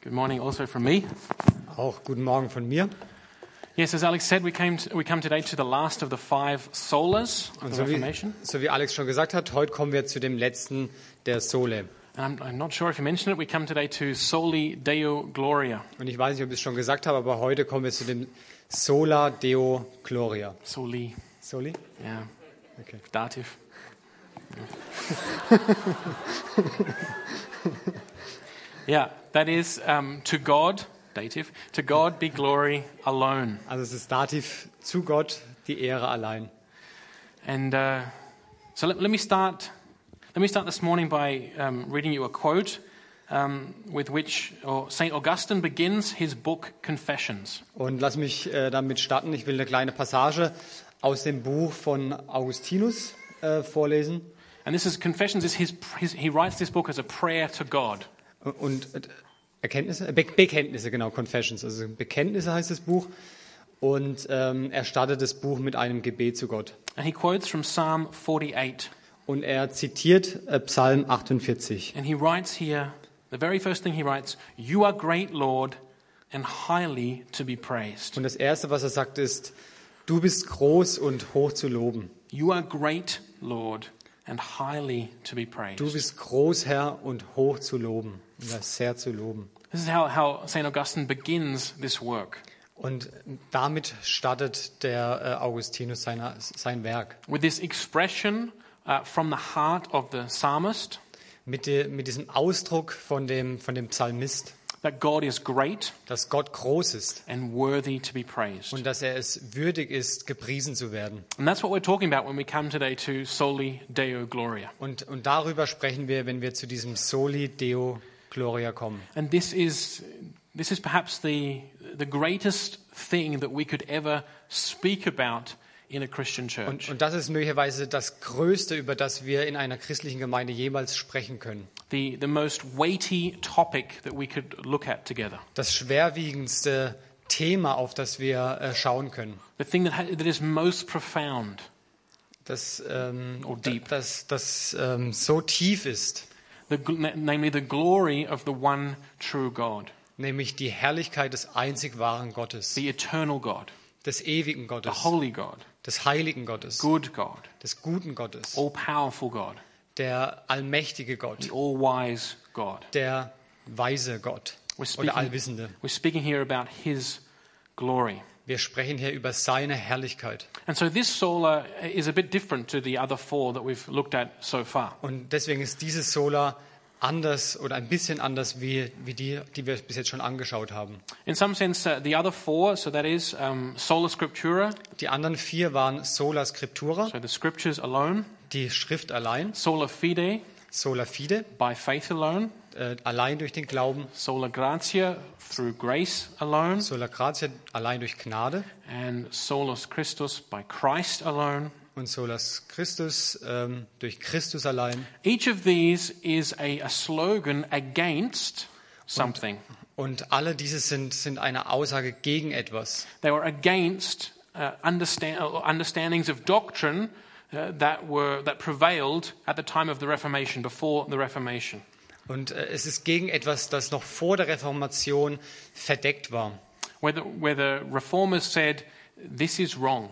Good morning also from me. Auch guten Morgen von mir. Yes, as Alex said, we, came to, we come today to the last of the five solas of Und the so wie, Reformation. so wie Alex schon gesagt hat, heute kommen wir zu dem letzten der Sole. And I'm, I'm not sure if you mentioned it, we come today to Soli Deo Gloria. Und ich weiß nicht, ob ich es schon gesagt habe, aber heute kommen wir zu dem Sola Deo Gloria. Soli, Soli? yeah, Okay. dative. yeah, that is um, to God, dative, to God be glory alone. Also es ist Dativ zu Gott, die Ehre allein. And uh, so let, let me start. Let me start this morning by um, reading you a quote um, with which or Saint Augustine begins his book Confessions. Und lass mich äh, damit starten. Ich will eine kleine Passage aus dem Buch von Augustinus äh, vorlesen. And this is Confessions is his, his he writes this book as a prayer to God. Und äh, Erkenntnisse? Be Bekenntnisse, genau, Confessions. Also Bekenntnisse heißt das Buch. Und ähm, er startet das Buch mit einem Gebet zu Gott. And he quotes from Psalm 48. Und er zitiert äh, Psalm 48. And he writes here the very first thing he writes: "You are great, Lord, and highly to be praised. Und das Erste, was er sagt, ist, du bist groß und hoch zu loben. You are great, Lord, and highly to be praised." Du bist groß, Herr, und hoch zu loben. Oder sehr zu loben. This is how, how St. Augustine begins this work Und damit startet der äh, Augustinus seiner, sein Werk. with this expression uh, from the heart of the psalmist Mit, de, mit diesem Ausdruck von dem, von dem Psalmist, that God is great dass Gott groß ist and worthy to be praised. und dass er es würdig ist, gepriesen zu werden. And that's what we're talking about when we come today to Soli Deo Gloria. Und, und darüber sprechen wir, wenn wir zu diesem Soli Deo Gloria kommen. And this is, this is perhaps the, the greatest thing that we could ever speak about in a Christian Und, church. und das ist möglicherweise das Größte, über das wir in einer christlichen Gemeinde jemals sprechen können. The, the most weighty topic that we could look at together. Das schwerwiegendste Thema, auf das wir äh, schauen können. The thing that, ha- that is most profound. Das, ähm, Oh, deep. das, das ähm, so tief ist, the, gl- namely the glory of the one true God, nämlich die Herrlichkeit des einzig wahren Gottes, the eternal God, des ewigen the Gottes, holy God, des heiligen Gottes, good God, des guten Gottes, all powerful God, der allmächtige Gott, the all wise God. der weise Gott We're oder speaking, Allwissende. we're speaking here about His glory. Wir sprechen hier über seine Herrlichkeit. And so this sola is a bit different to the other four that we've looked at so far. Und deswegen ist dieses Sola anders oder ein bisschen anders wie, wie die, die wir bis jetzt schon angeschaut haben. In some sense, uh, the other four, so that is um, sola scriptura, Die anderen vier waren Sola Scriptura, so the scriptures alone, die Schrift allein, sola fide, Sola Fide, by faith alone, äh, allein durch den Glauben, sola gratia, through grace alone, Sola Gratia, allein durch Gnade and solus Christus by Christ alone. und Solas Christus, ähm, durch Christus allein. Each of these is a, a slogan against something. Und alle diese sind, sind eine Aussage gegen etwas. They were against uh, understand, uh, understandings of doctrine uh, that were that prevailed at the time of the Reformation, before the Reformation. Und äh, es ist gegen etwas, das noch vor der Reformation verdeckt war. Where the, where the reformers said, "This is wrong.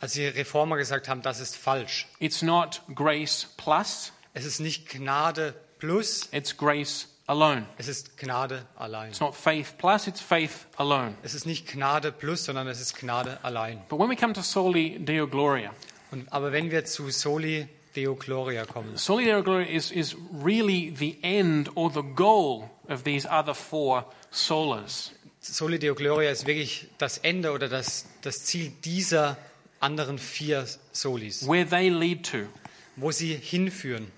Als die Reformer gesagt haben, das ist falsch. It's not grace plus; Es ist nicht Gnade plus, it's grace alone. es ist Gnade allein. It's not faith plus; it's faith alone." Es ist nicht Gnade plus, sondern es ist Gnade allein. But when we come to soli deo gloria, Und, aber wenn wir zu Soli Deo Gloria kommen, Soli Deo Gloria is, is really the end or the goal of these other four solas. Soli Deo Gloria ist wirklich das Ende oder das, das Ziel dieser anderen vier Solis, where they lead to. wo sie hinführen.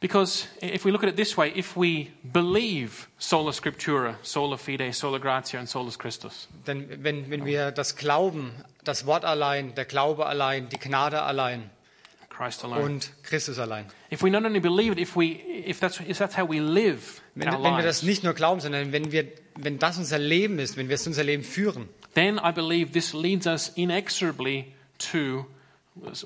Because if we look at it this way, if we believe sola scriptura, sola fide, sola gratia, and solus Christus, Denn wenn, wenn wir das Glauben, das Wort allein, der Glaube allein, die Gnade allein Christ alone, und Christus allein, if we not only believe it, if, we, if, that's, if that's how we live wenn, our wenn wir lives, das nicht nur glauben, sondern wenn, wir, wenn das unser Leben ist, wenn wir es unser Leben führen, then I believe this leads us inexorably to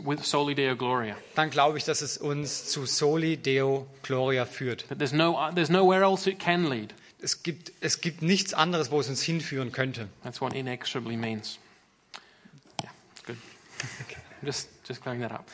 with soli deo gloria. dann glaube ich, dass es uns zu Soli Deo Gloria führt. That there's, no, there's nowhere else it can lead. Es gibt, es gibt nichts anderes, wo es uns hinführen könnte. That's what inexorably means. Yeah, it's good. I'm just just clearing that up.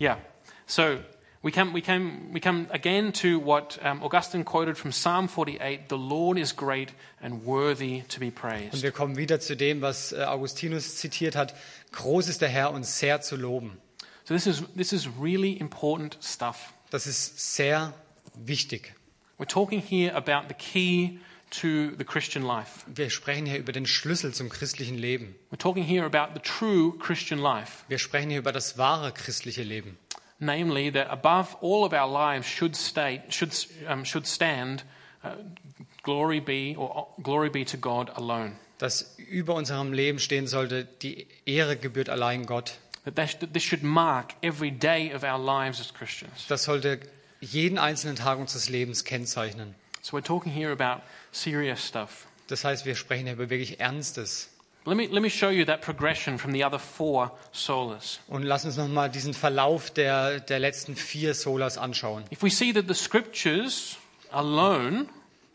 Yeah. So we come we come we come again to what um, Augustine quoted from Psalm 48: "The Lord is great and worthy to be Und praised." wir kommen wieder zu dem, was äh, Augustinus zitiert hat. Groß ist der Herr und sehr zu loben. So this is this is really important stuff. Das ist sehr wichtig. We're talking here about the key to the Christian life. Wir sprechen hier über den Schlüssel zum christlichen Leben. We're talking here about the true Christian life, Wir sprechen hier über das wahre christliche Leben. namely that above all of our lives should state should um, should stand uh, glory be or uh, glory be to God alone. Das über unserem Leben stehen sollte, die Ehre gebührt allein Gott. That that that this should mark every day of our lives as Christians. Das sollte jeden einzelnen Tag unseres Lebens kennzeichnen. So we're talking here about serious stuff. Das heißt, wir sprechen hier über wirklich Ernstes. Let me let me show you that progression from the other four solas. Und lass uns nochmal diesen Verlauf der, der letzten vier Solas anschauen. If we see that the scriptures alone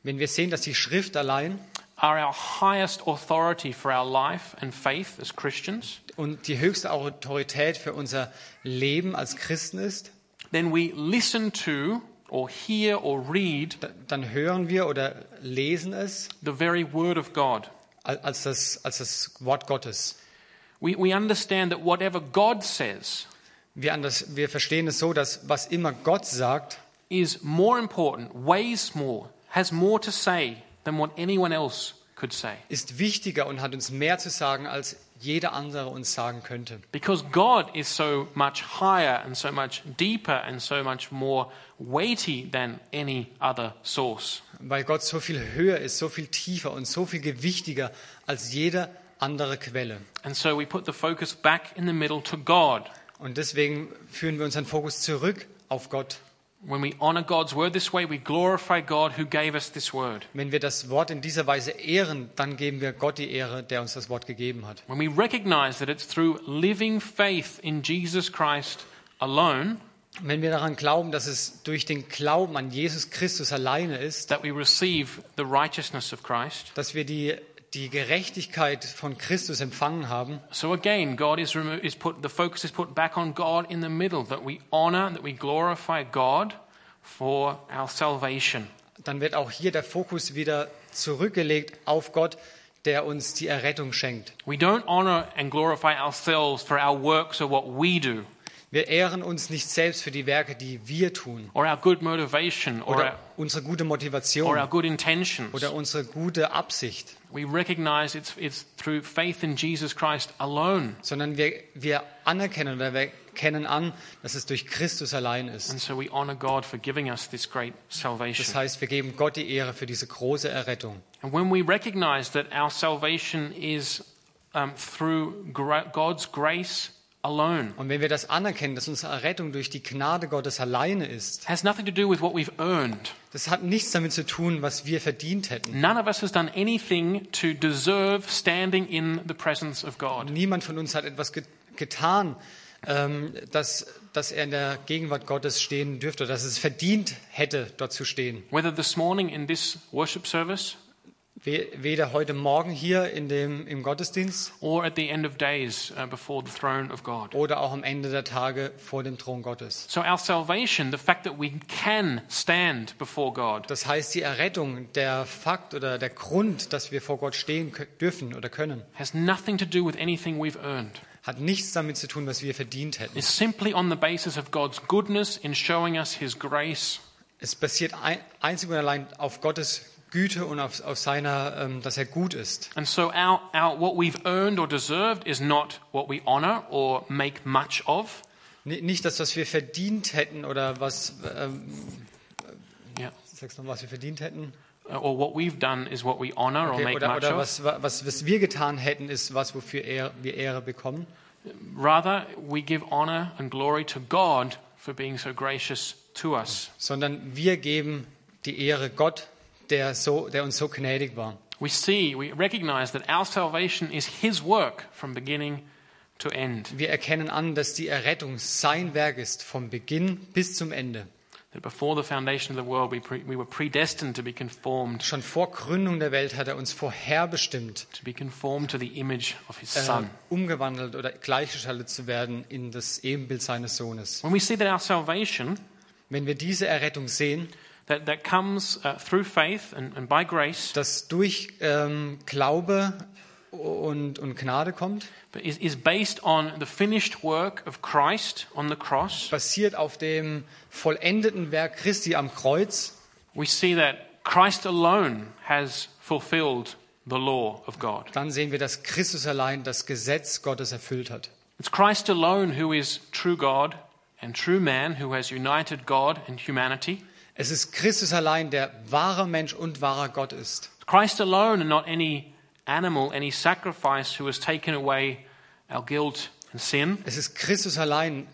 Wenn wir sehen, dass die Schrift allein are our highest authority for our life and faith as Christians, und die höchste Autorität für unser Leben als Christen ist, then we listen to or hear or read da- dann hören wir oder lesen es the very Word of God. al- als das, als das Wort Gottes. We, we understand that whatever God says Wir, anders, wir verstehen es so, dass was immer Gott sagt, is more important, weighs more, has more to say than what anyone else could say. ist wichtiger und hat uns mehr zu sagen, als jeder andere uns sagen könnte. Because God is so much higher and so much deeper and so much more weighty than any other source. Weil Gott so viel höher ist, so viel tiefer und so viel gewichtiger als jede andere Quelle. And so we put the focus back in the middle to God. Und deswegen führen wir unseren Fokus zurück auf Gott. When we honor God's word this way, we glorify God who gave us this word. Wenn wir das Wort in dieser Weise ehren, dann geben wir Gott die Ehre, der uns das Wort gegeben hat. When we recognize that it's through living faith in Jesus Christ alone Und wenn wir daran glauben, dass es durch den Glauben an Jesus Christus alleine ist, that we receive the righteousness of Christ, dass wir die, die Gerechtigkeit von Christus empfangen haben, so again, God is, remo- is put, the focus is put back on God in the middle, that we honor, that we glorify God for our salvation. dann wird auch hier der Fokus wieder zurückgelegt auf Gott, der uns die Errettung schenkt. We don't honor and glorify ourselves for our works or what we do, Wir ehren uns nicht selbst für die Werke, die wir tun or our good motivation, or, oder our, unsere gute or our Motivation good intentions. oder unsere gute Absicht, We recognize it's, it's through faith in Jesus Christ alone. sondern wir, wir anerkennen oder wir kennen an, dass es durch Christus allein ist. And so we honor God for giving us this great Das salvation. heißt, wir geben Gott die Ehre für diese große Errettung. And when we recognize that our salvation is um, through gra- God's grace alone, Und wenn wir das anerkennen, dass unsere Errettung durch die Gnade Gottes alleine ist, it has nothing to do with what we've earned. das hat nichts damit zu tun, was wir verdient hätten. None of us has done anything to deserve standing in the presence of God. Niemand von uns hat etwas get getan, ähm, dass, dass er in der Gegenwart Gottes stehen dürfte, dass es verdient hätte, dort zu stehen. Whether this morning in this worship service We- Weder heute Morgen hier in dem, im Gottesdienst or at the end of days uh, before the throne of God. oder auch am Ende der Tage vor dem Thron Gottes. So, our salvation, the fact that we can stand before God, Das heißt, die Errettung, der Fakt oder der Grund, dass wir vor Gott stehen kö- dürfen oder können, has nothing to do with anything we've earned. hat nichts damit zu tun, was wir verdient hätten. It's simply on the basis of God's goodness in showing us His grace. Es basiert ein, einzig und allein auf Gottes Güte und auf, auf seiner, ähm, dass er gut ist. And so, our, our, what we've earned or deserved is not what we honor or make much of. Ni- Nicht das, was wir verdient hätten oder was, ähm, Yeah. sag's noch, was wir verdient hätten. Or what we've done is what we honor or Okay, make oder much oder of. was, wa- was, was wir getan hätten, ist was, wofür Ehre, wir Ehre bekommen. Rather, we give honor and glory to God for being so gracious to us. Sondern wir geben die Ehre Gott, der, so, der uns so gnädig war. We see, we recognize that our salvation is His work from beginning to end. Wir erkennen an, dass die Errettung sein Werk ist, vom Beginn bis zum Ende. that before the foundation of the world, we, pre- we were predestined to be conformed, Schon vor Gründung der Welt hat er uns vorherbestimmt, to be conformed to the image of his äh, Son. umgewandelt oder gleichgeschaltet zu werden in das Ebenbild seines Sohnes. When we see that our salvation Wenn wir diese Errettung sehen, that, that comes uh, through faith and, and by grace, dass durch ähm, Glaube und, und Gnade kommt, but is, is based on the finished work of Christ on the cross, basiert auf dem vollendeten Werk Christi am Kreuz, we see that Christ alone has fulfilled the law of God. dann sehen wir, dass Christus allein das Gesetz Gottes erfüllt hat. It's Christ alone who is true God and true man, who has united God and humanity. Es ist Christus allein, der wahrer Mensch und wahrer Gott ist. Christ alone and not any animal, any sacrifice who has taken away our guilt and sin. Es ist Christus allein,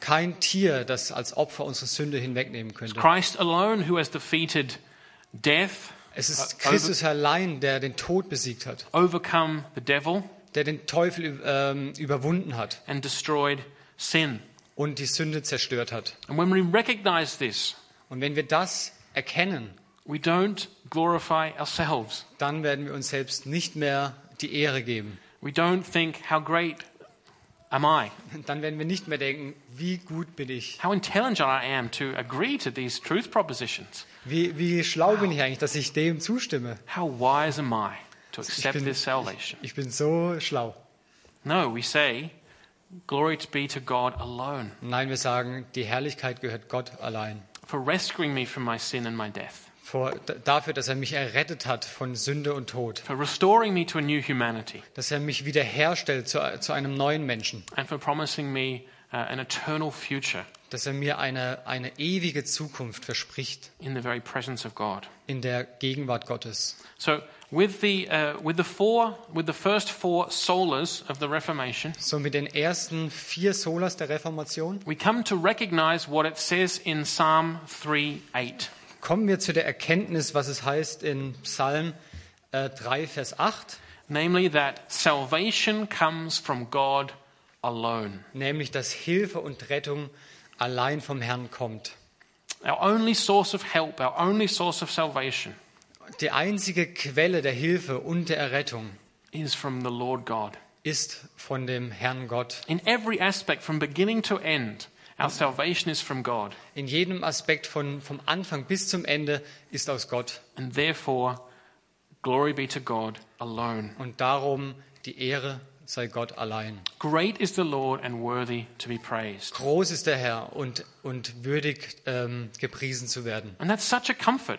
kein Tier, das als Opfer unsere Sünde hinwegnehmen könnte. Christ alone who has defeated death, Es ist Äh, also- Christus allein, der den Tod besiegt hat, overcome the devil, der den Teufel ähm, überwunden hat and destroyed sin. und die Sünde zerstört hat. And when we recognize this, Und wenn wir das erkennen, we don't glorify ourselves. dann werden wir uns selbst nicht mehr die Ehre geben. We don't think, how great am I? Dann werden wir nicht mehr denken, wie gut bin ich? How intelligent I am to agree to these truth propositions. Wie, wie schlau bin ich eigentlich, dass ich dem zustimme? How wise am I to Ich accept bin, this salvation? ich bin so schlau. No, we say, glory to be to God alone Nein, wir sagen, die Herrlichkeit gehört Gott allein. for rescuing me from my sin and my death, Vor, d- dafür, dass er mich errettet hat von Sünde und Tod. for restoring me to a new humanity, Dass er mich wiederherstellt zu, zu einem neuen Menschen. and for promising me uh, an eternal future Dass er mir eine, eine ewige Zukunft verspricht in the very presence of God. in der Gegenwart Gottes. So, with the, uh, with the, four, with the first four solas of the Reformation, So mit den ersten vier Solas der Reformation we come to recognize what it says in Psalm 3 8. kommen wir zu der Erkenntnis, was es heißt in Psalm äh, 3, Vers 8, namely that salvation comes from God alone. nämlich dass Hilfe und Rettung allein vom Herrn kommt. Our only source of help, our only source of salvation Die einzige Quelle der Hilfe und der Errettung is from the Lord God. ist von dem Herrn Gott. In every aspect, from beginning to end, our salvation is from God, In jedem Aspekt von, vom Anfang bis zum Ende ist aus Gott and therefore, glory be to God alone. und darum die Ehre sei Gott allein. Great is the Lord and worthy to be praised. Groß ist der Herr und, und würdig ähm, gepriesen zu werden. And that's such a comfort.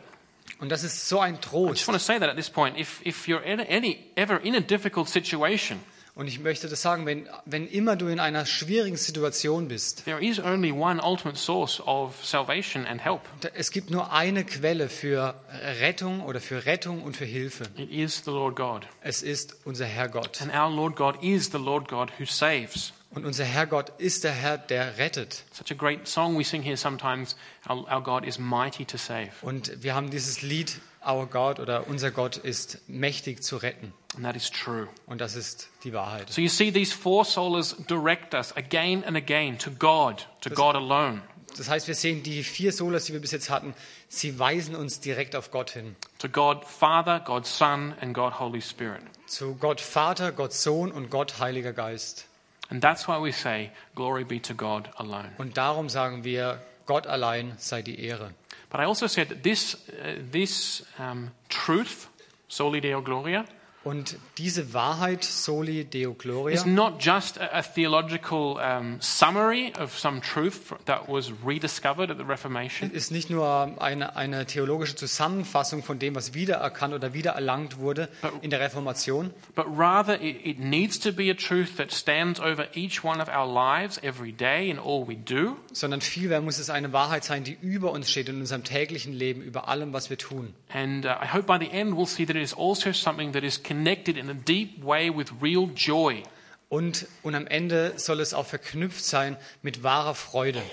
Und das ist so ein I just Trost. want to say that at this point. If, if you're in any, ever in a difficult situation, Und ich möchte das sagen, wenn, wenn immer du in einer schwierigen Situation bist, there is only one ultimate source of salvation and help. da- es gibt nur eine Quelle für Rettung oder für Rettung und für Hilfe. It is the Lord God. Es ist unser Herr Gott. And our Lord God is the Lord God who saves. Und unser Herr Gott ist der Herr, der rettet. Such a great song we sing here sometimes. Our, our God is mighty to save. Und wir haben dieses Lied, Our God oder unser Gott ist mächtig zu retten. And that is true. Und das ist die Wahrheit. So you see, these four solas direct us again and again to God, to God alone, Das heißt, wir sehen die vier Solas, die wir bis jetzt hatten, sie weisen uns direkt auf Gott hin. to God Father, God Son, and God Holy Spirit. Zu Gott Vater, Gott Sohn und Gott Heiliger Geist. And that's why we say, Glory be to God alone. Und darum sagen wir, Gott allein sei die Ehre. But I also said that this, uh, this um, truth, soli deo gloria, Und diese Wahrheit, Soli Deo Gloria, It's not just a, a theological um, summary of some truth fr- that was rediscovered at the Reformation. ist nicht nur eine, eine theologische Zusammenfassung von dem, was wiedererkannt oder wiedererlangt wurde in der Reformation, But rather, it, it needs to be a truth that stands over each one of our lives every day in all we do. sondern vielmehr muss es eine Wahrheit sein, die über uns steht in unserem täglichen Leben, über allem, was wir tun. And uh, I hope by the end we'll see that it is also something that is connected in a deep way with real joy. Und, und am Ende soll es auch verknüpft sein mit wahrer Freude.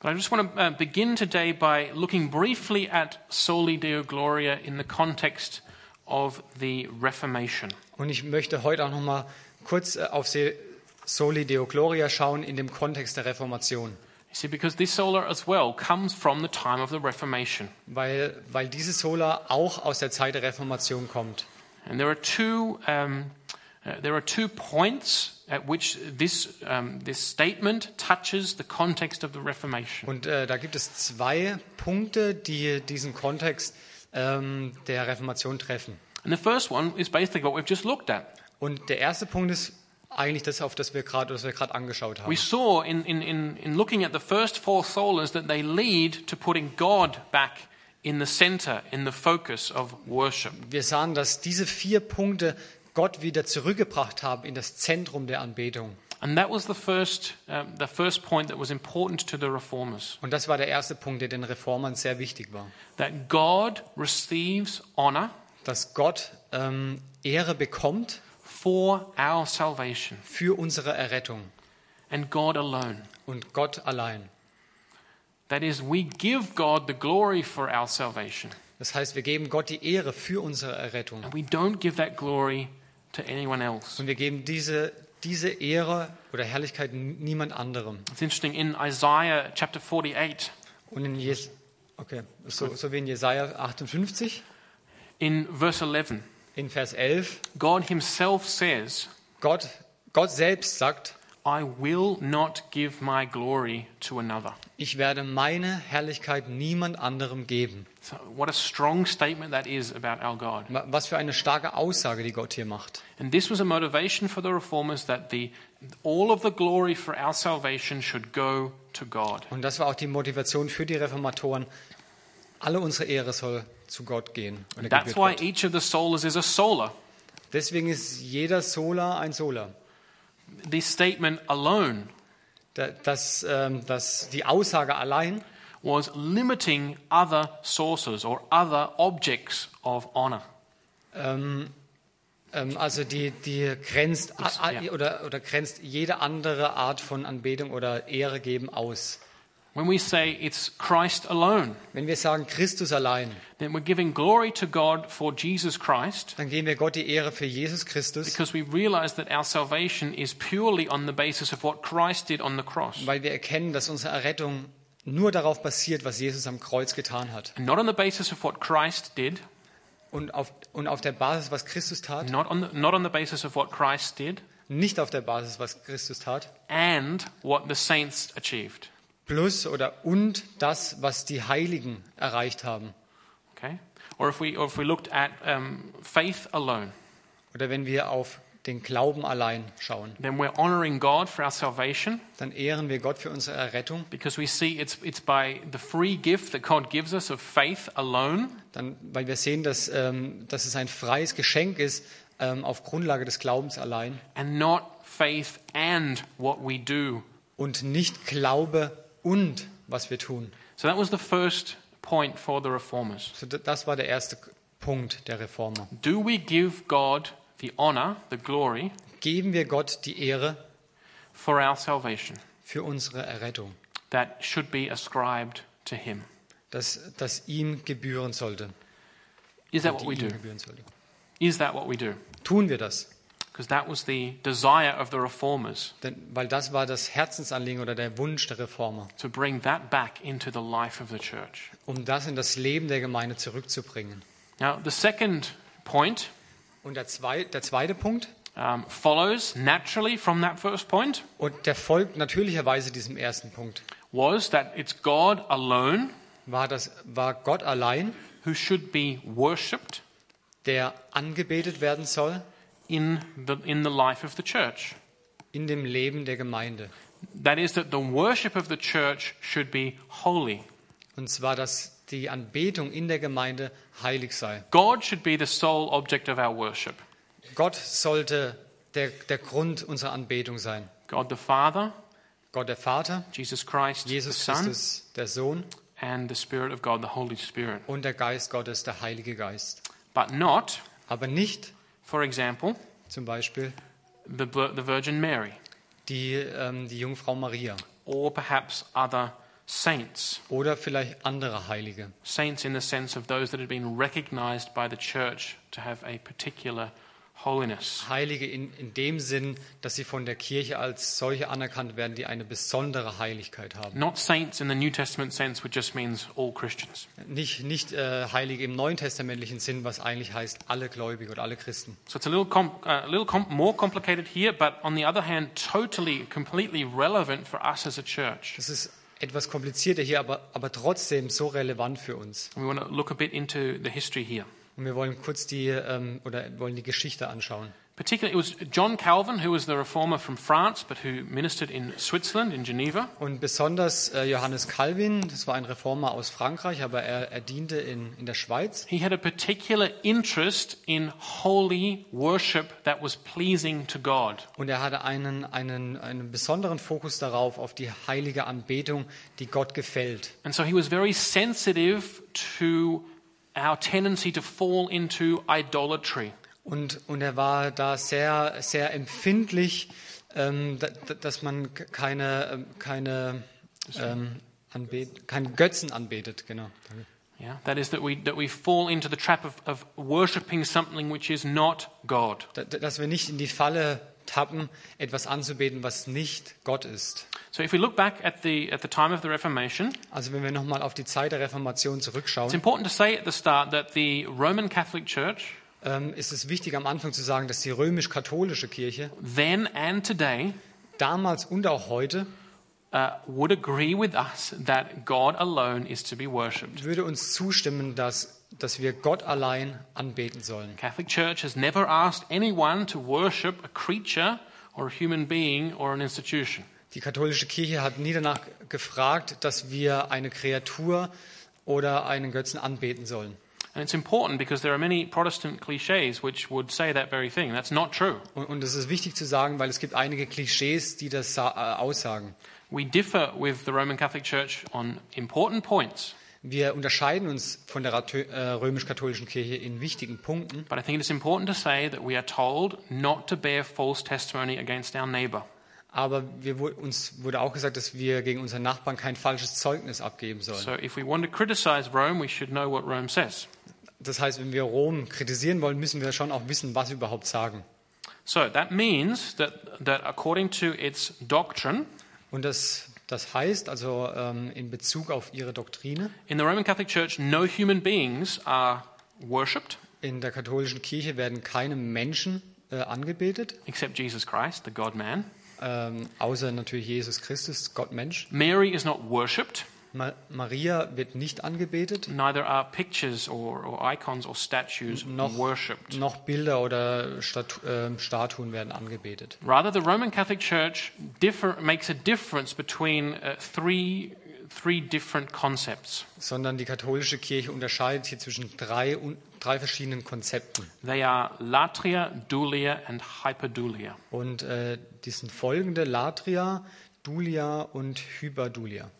But I just want to uh, begin today by looking briefly at Soli Deo Gloria in the context of the Reformation. Und ich möchte heute auch nochmal kurz äh, auf Se- Soli Deo Gloria schauen in dem Kontext der Reformation. You see, because this sola as well comes from the time of the Reformation. weil, weil diese Sola auch aus der Zeit der Reformation kommt. And there are two, um, uh, there are two points at which this, um, this statement touches the context of the Reformation. Und äh, da gibt es zwei Punkte, die diesen Kontext ähm, der Reformation treffen. And the first one is basically what we've just looked at. Und der erste Punkt ist eigentlich das, auf das wir gerade das wir gerade angeschaut haben. We saw in, in, in, in looking at the first four solas that they lead to putting God back in the center, in the focus of worship. Wir sahen, dass diese vier Punkte Gott wieder zurückgebracht haben in das Zentrum der Anbetung. And that was the first, um, the first point that was important to the reformers Und das war der erste Punkt, der den Reformern sehr wichtig war. that God receives honor Dass Gott ähm, Ehre bekommt for our salvation für unsere Errettung and God alone. und Gott allein. That is, we give God the glory for our salvation, Das heißt, wir geben Gott die Ehre für unsere Errettung. and we don't give that glory to anyone else. Und wir geben diese, diese Ehre oder Herrlichkeit n- niemand anderem. It's interesting in Isaiah chapter 48, Und in Jes okay, so, so wie in Jesaja 58, in verse 11, in Vers 11, God Himself says, Gott, Gott selbst sagt, I will not give my glory to another. ich werde meine Herrlichkeit niemand anderem geben. So what a strong statement that is about our God. Wa- Was für eine starke Aussage, die Gott hier macht. And this was a motivation for the reformers that the, all of the glory for our salvation should go to God. Und das war auch die Motivation für die Reformatoren. Alle unsere Ehre soll zu Gott gehen. Oder That's gebührt why Gott. each of the solas is a sola. Deswegen ist jeder Sola ein Sola. This statement alone Da- Das, ähm, das, die Aussage allein was limiting other sources or other objects of honor. Ähm, ähm, also die, die grenzt a, a, ja. oder, oder grenzt jede andere Art von Anbetung oder Ehre geben aus. When we say it's Christ alone, Wenn wir sagen Christus allein, then we're giving glory to God for Jesus Christ dann geben wir Gott die Ehre für Jesus Christus, because we realize that our salvation is purely on the basis of what Christ did on the cross. weil wir erkennen, dass unsere Errettung nur darauf basiert, was Jesus am Kreuz getan hat. And not on the basis of what Christ did, Und auf, und auf der Basis, was Christus tat, not on the, not on the basis of what Christ did nicht auf der Basis, was Christus tat, and what the saints achieved. plus oder und das, was die Heiligen erreicht haben. Okay? Or if we, or if we looked at um, faith alone, Oder wenn wir auf den Glauben allein schauen, then we're honoring God for our salvation dann ehren wir Gott für unsere Errettung because we see it's, it's by the free gift that God gives us of faith alone Dann, weil wir sehen, dass, ähm, dass es ein freies Geschenk ist, ähm, auf Grundlage des Glaubens allein and not faith and what we do. und nicht Glaube und was wir tun. So that was the first point for the reformers. So, d- das war der erste K- Punkt der Reformer. Do we give God the honor, the glory Geben wir Gott die Ehre for our salvation für unsere Errettung, that should be ascribed to Him? dass das ihm gebühren sollte. Is that die what we ihm do? gebühren sollte. Is that what we do? Tun wir das, Because that was the desire of the reformers denn, weil das war das Herzensanliegen oder der Wunsch der Reformer, to bring that back into the life of the church. um das in das Leben der Gemeinde zurückzubringen. Now, the second point Und der, zwei, der zweite Punkt, um, follows naturally from that first point und der folgt natürlicherweise diesem ersten Punkt. was that it's God alone war, das, war Gott allein, who should be worshipped der angebetet werden soll in the, in the life of the church. in dem Leben der Gemeinde. That is, that the worship of the church should be holy. Und zwar, dass die Anbetung in der Gemeinde heilig sei. God should be the sole object of our worship. Gott sollte der, der Grund unserer Anbetung sein. God the Father, Gott der Vater, Jesus Christ, Jesus the Son, Christus, der Sohn and the Spirit of God, the Holy Spirit. und der Geist Gottes, der Heilige Geist. But not, Aber nicht for example, zum Beispiel the, the Virgin Mary die, ähm, die Jungfrau Maria or perhaps other saints. oder vielleicht andere Heilige. Saints in the sense of those that had been recognized by the church to have a particular holiness. Heilige in, in dem Sinn, dass sie von der Kirche als solche anerkannt werden, die eine besondere Heiligkeit haben. Not saints in the New Testament sense, which just means all Christians. Nicht, nicht äh, Heilige im neuen testamentlichen Sinn, was eigentlich heißt alle Gläubige oder alle Christen. So it's a little, com- uh, a little com- more complicated here, but on the other hand, totally, completely relevant for us as a church. Das ist etwas komplizierter hier, aber, aber trotzdem so relevant für uns. We want to look a bit into the history here. Und wir wollen kurz die ähm, oder wollen die Geschichte anschauen. Particularly, it was John Calvin, who was the reformer from France, but who ministered in Switzerland, in Geneva. Und besonders äh, Johannes Calvin, das war ein Reformer aus Frankreich, aber er, er diente in, in der Schweiz. He had a particular interest in holy worship that was pleasing to God. Und er hatte einen, einen, einen besonderen Fokus darauf, auf die heilige Anbetung, die Gott gefällt. And so he was very sensitive to our tendency to fall into idolatry. Und, und er war da sehr, sehr empfindlich, ähm, da, da- dass man k- keine, ähm, keine, ähm, anbet keine Götzen anbetet. Genau. Yeah, that is that we that we fall into the trap of, of worshiping something which is not God. Da, da- dass wir nicht in die Falle tappen, etwas anzubeten, was nicht Gott ist. So if we look back at the at the time of the Reformation, Also wenn wir nochmal auf die Zeit der Reformation it's zurückschauen, important to say at the start that the Roman Catholic Church ähm, ist es wichtig am Anfang zu sagen, dass die römisch-katholische Kirche then and today damals und auch heute uh, would agree with us that God alone is to be worshipped. würde uns zustimmen, dass, dass wir Gott allein anbeten sollen. Catholic Church has never asked anyone to worship a creature or a human being or an institution. Die katholische Kirche hat nie danach gefragt, dass wir eine Kreatur oder einen Götzen anbeten sollen. And it's important because there are many Protestant cliches which would say that very thing. That's not true. Und, und das ist wichtig zu sagen, weil es gibt einige Klischees, die das sa- äh, aussagen. We differ with the Roman Catholic Church on important points, Wir unterscheiden uns von der Ratö- äh, römisch-katholischen Kirche in wichtigen Punkten. but I think it is important to say that we are told not to bear false testimony against our neighbor. Aber wir, wu- uns wurde auch gesagt, dass wir gegen unseren Nachbarn kein falsches Zeugnis abgeben sollen. So if we want to criticize Rome, we should know what Rome says. Das heißt, wenn wir Rom kritisieren wollen, müssen wir schon auch wissen, was wir überhaupt sagen. So that means that, that according to its doctrine, Und das, das heißt also ähm, in Bezug auf ihre Doktrine, in the Roman Catholic Church, no human beings are worshipped in der katholischen Kirche werden keine Menschen äh, angebetet, except Jesus Christ, the God man. ähm, außer natürlich Jesus Christus, Gott Mensch. Mary is not worshipped, Ma Maria wird nicht angebetet, neither are pictures or, or icons or statues Noch- worshipped. noch Bilder oder Statu ähm, Statuen werden angebetet. Rather, the Roman Catholic Church differ, makes a difference between uh, three, three different concepts. Sondern die katholische Kirche unterscheidet hier zwischen drei, un drei verschiedenen Konzepten. They are latria, dulia, and hyperdulia. Und äh, die sind folgende, Latria, Dulia und Hyperdulia.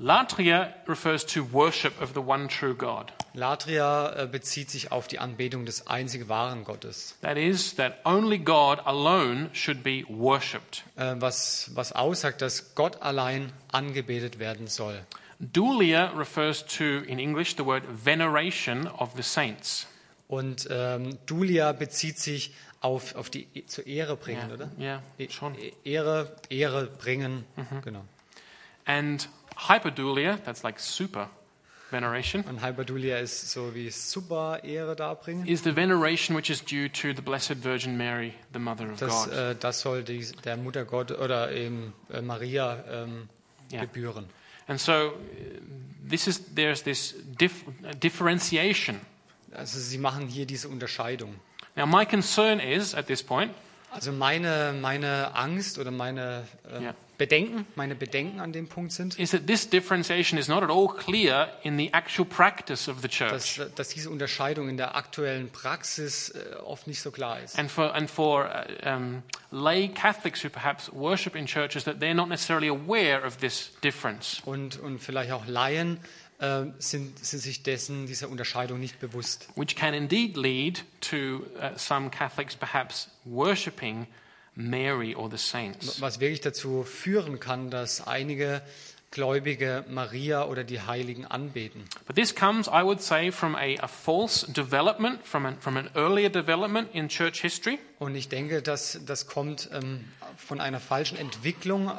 Latria refers to worship of the one true God. Latria äh, bezieht sich auf die Anbetung des einzig wahren Gottes. That is, that only God alone should be worshipped. äh, was, was aussagt, dass Gott allein angebetet werden soll. Dulia refers to, in English, the word veneration of the saints. Und ähm, Dulia bezieht sich auf, auf die E- zur Ehre bringen, oder? Yeah, E- schon. E- Ehre, Ehre bringen, genau. And hyperdulia, that's like super veneration. Und Hyperdulia ist so wie super Ehre darbringen. is the veneration which is due to the Blessed Virgin Mary, the Mother of Das, God. äh, das soll die, der Mutter Gott oder eben äh, Maria ähm, Ja. gebühren. and so uh, this is, there's this dif- uh, differentiation. Also sie machen hier diese Unterscheidung. Now, my concern is at this point Also meine, meine Angst oder meine äh, Ja. Bedenken, meine Bedenken an dem Punkt sind, is that this differentiation is not at all clear in the actual practice of the church. dass, dass diese Unterscheidung in der aktuellen Praxis äh, oft nicht so klar ist. and for, and for uh, um, lay Catholics who perhaps worship in churches, that they're not necessarily aware of this difference. Und, und vielleicht auch Laien äh, sind, sind sich dessen, dieser Unterscheidung nicht bewusst. which can indeed lead to uh, some Catholics perhaps worshipping Mary or the saints. Was wirklich dazu führen kann, dass einige gläubige Maria oder die Heiligen anbeten. But this comes, I would say, from a, a false development, from an, from an earlier development in church history. Und ich denke, dass das kommt ähm, von einer falschen Entwicklung äh,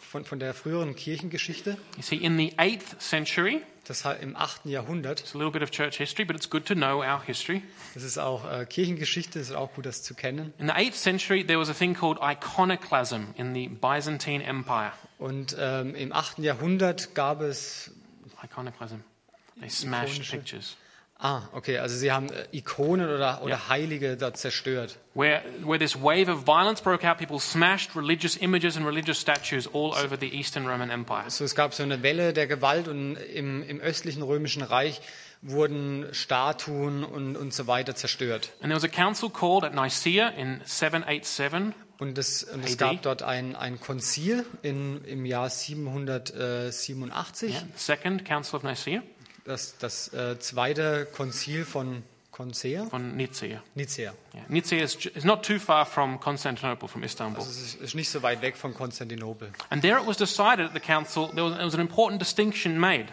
von, von der früheren Kirchengeschichte. You see, in the 8th century, Das war im 8. Jahrhundert. it's a little bit of church history, but it's good to know our history. Das ist auch äh, Kirchengeschichte, das ist auch gut, das zu kennen. In the 8th century, there was a thing called iconoclasm in the Byzantine Empire. Und ähm, im 8. Jahrhundert gab es. Iconoclasm. They smashed Iconische- pictures. Ah, okay, also sie haben äh, Ikonen oder, oder Heilige da zerstört. Where, where this wave of violence broke out, people smashed religious images and religious statues all over the Eastern Roman Empire. So, Also es gab so eine Welle der Gewalt und im, im östlichen Römischen Reich wurden Statuen und, und so weiter zerstört. And there was a council called at Nicaea in 787 Und es, und es AD? gab dort ein, ein Konzil in, im Jahr 787, Yeah, second Council of Nicaea das, das äh, zweite Konzil von Konzea, on Nicaea. Nicea. Yeah. Nicaea is, ju- is not too far from Constantinople, from Istanbul. Also es ist- ist nicht so weit weg von Konstantinopel. And there it was decided at the council, there was, there was an important distinction made.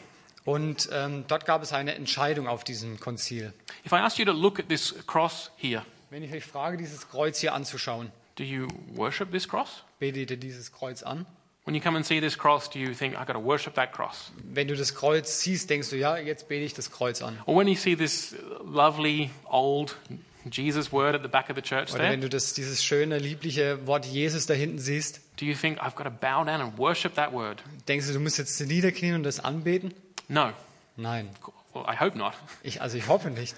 Und ähm, dort gab es eine Entscheidung auf diesem Konzil. If I asked you to look at this cross here, Wenn ich euch frage, dieses Kreuz hier anzuschauen, do you worship this cross? betet ihr dieses Kreuz an? When you come and see this cross, do you think, i got to worship that cross? Wenn du das Kreuz siehst, denkst du, ja, jetzt bete ich das Kreuz an. Or when you see this lovely old Jesus word at the back of the church Oder there, wenn du das, dieses schöne, liebliche Wort Jesus da hinten siehst, do you think, I've got to bow down and worship that word? denkst du, du musst jetzt niederknien und das anbeten? No. Nein, Well, I hope not. ich, also ich hoffe nicht.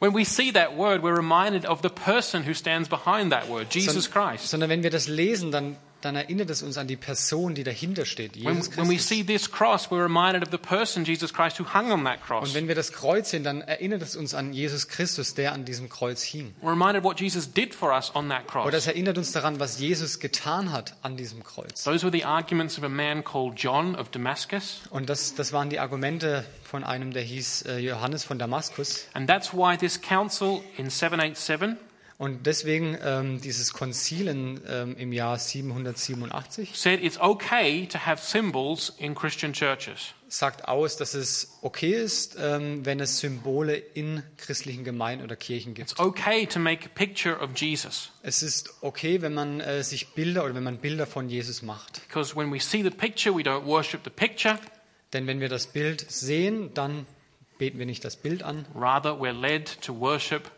When we see that word, we're reminded of the person who stands behind that word, Jesus Sondern- Christ. Sondern wenn wir das lesen, dann, dann erinnert es uns an die Person, die dahinter steht, When, Jesus when we Christus. see this cross, we're reminded of the person, Jesus Christ, who hung on that Und cross. wenn wir das Kreuz sehen, dann erinnert es uns an Jesus Christus, der an diesem Kreuz hing. We're reminded what Jesus did for us on that Oder es cross. erinnert uns daran, was Jesus getan hat an diesem Kreuz. Those were the arguments of a man called John of Damascus. Und das, das waren die Argumente von einem, der hieß äh, Johannes von Damaskus. And that's why this council in 787 Und deswegen ähm, dieses Konzil in, ähm, im Jahr 787 said it's okay to have symbols in Christian churches. sagt aus, dass es okay ist, ähm, wenn es Symbole in christlichen Gemeinden oder Kirchen gibt. It's okay to make a picture of Jesus. Es ist okay, wenn man äh, sich Bilder oder wenn man Bilder von Jesus macht. Because when we see the picture, we don't worship the picture. Denn wenn wir das Bild sehen, dann beten wir nicht das Bild an, Rather, we're led to worship